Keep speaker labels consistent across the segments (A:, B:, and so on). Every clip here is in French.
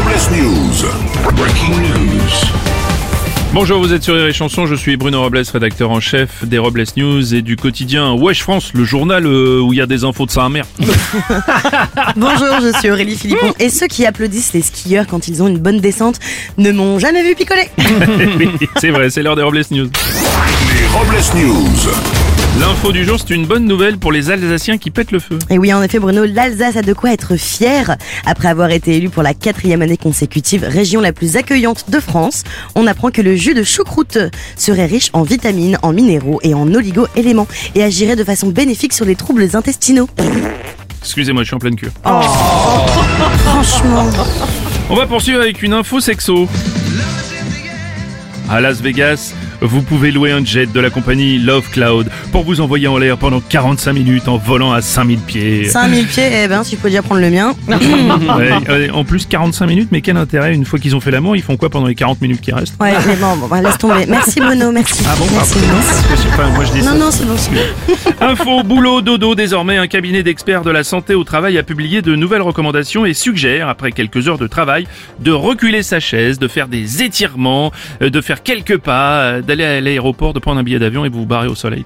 A: Flash News. Breaking news.
B: Bonjour, vous êtes sur Rire et Chanson, je suis Bruno Robles, rédacteur en chef des Robles News et du quotidien Wesh France, le journal euh, où il y a des infos de sa mère.
C: Bonjour, je suis Aurélie Philippon. Et ceux qui applaudissent les skieurs quand ils ont une bonne descente ne m'ont jamais vu picoler.
B: Oui, c'est vrai, c'est l'heure des Robles News.
A: Les Robles News.
B: L'info du jour, c'est une bonne nouvelle pour les Alsaciens qui pètent le feu.
C: Et oui, en effet, Bruno, l'Alsace a de quoi être fière. Après avoir été élue pour la quatrième année consécutive région la plus accueillante de France, on apprend que le jus de choucroute serait riche en vitamines, en minéraux et en oligo-éléments et agirait de façon bénéfique sur les troubles intestinaux.
B: Excusez-moi, je suis en pleine cure.
C: Franchement.
B: On va poursuivre avec une info sexo. À Las Vegas, vous pouvez louer un jet de la compagnie Love Cloud pour vous envoyer en l'air pendant 45 minutes en volant à 5000 pieds.
C: 5000 pieds, eh ben, si je peux déjà prendre le mien.
B: Ouais, ouais, en plus, 45 minutes, mais quel intérêt Une fois qu'ils ont fait l'amour, ils font quoi pendant les 40 minutes qui restent
C: Ouais, mais bon, bon, bah, laisse tomber. Merci Bruno, merci.
B: Ah bon
C: Merci,
B: Pardon.
C: merci.
B: Je sais pas, moi je dis ça.
C: Non, non, c'est bon, c'est bon.
B: Info, boulot, dodo, désormais, un cabinet d'experts de la santé au travail a publié de nouvelles recommandations et suggère, après quelques heures de travail, de reculer sa chaise, de faire des étirements, euh, de faire quelques pas, euh, d'aller à l'aéroport, de prendre un billet d'avion et vous vous barrer au soleil.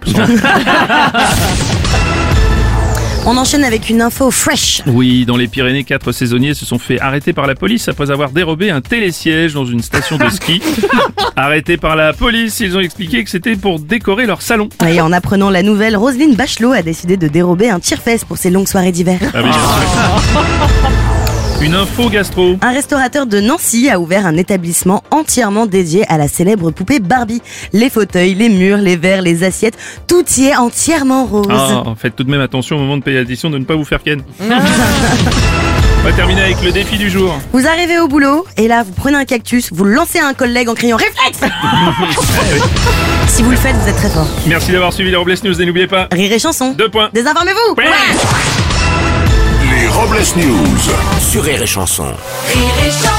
C: On enchaîne avec une info fresh.
B: Oui, dans les Pyrénées, quatre saisonniers se sont fait arrêter par la police après avoir dérobé un télésiège dans une station de ski. Arrêtés par la police, ils ont expliqué que c'était pour décorer leur salon.
C: Et en apprenant la nouvelle, Roselyne Bachelot a décidé de dérober un tire-fesse pour ses longues soirées d'hiver.
B: Ah oui, bien sûr. Une info gastro.
C: Un restaurateur de Nancy a ouvert un établissement entièrement dédié à la célèbre poupée Barbie. Les fauteuils, les murs, les verres, les assiettes, tout y est entièrement rose.
B: Ah, faites tout de même attention au moment de payer l'addition de ne pas vous faire ken. On va terminer avec le défi du jour.
C: Vous arrivez au boulot et là, vous prenez un cactus, vous le lancez à un collègue en criant réflexe. si vous le faites, vous êtes très fort.
B: Eh Merci d'avoir suivi les Robles News et n'oubliez pas,
C: Rire et chanson.
B: deux points.
C: Désinformez-vous.
B: Ouais.
A: Les Robles News. Sur Rire et Chanson.
D: Rire et chanson.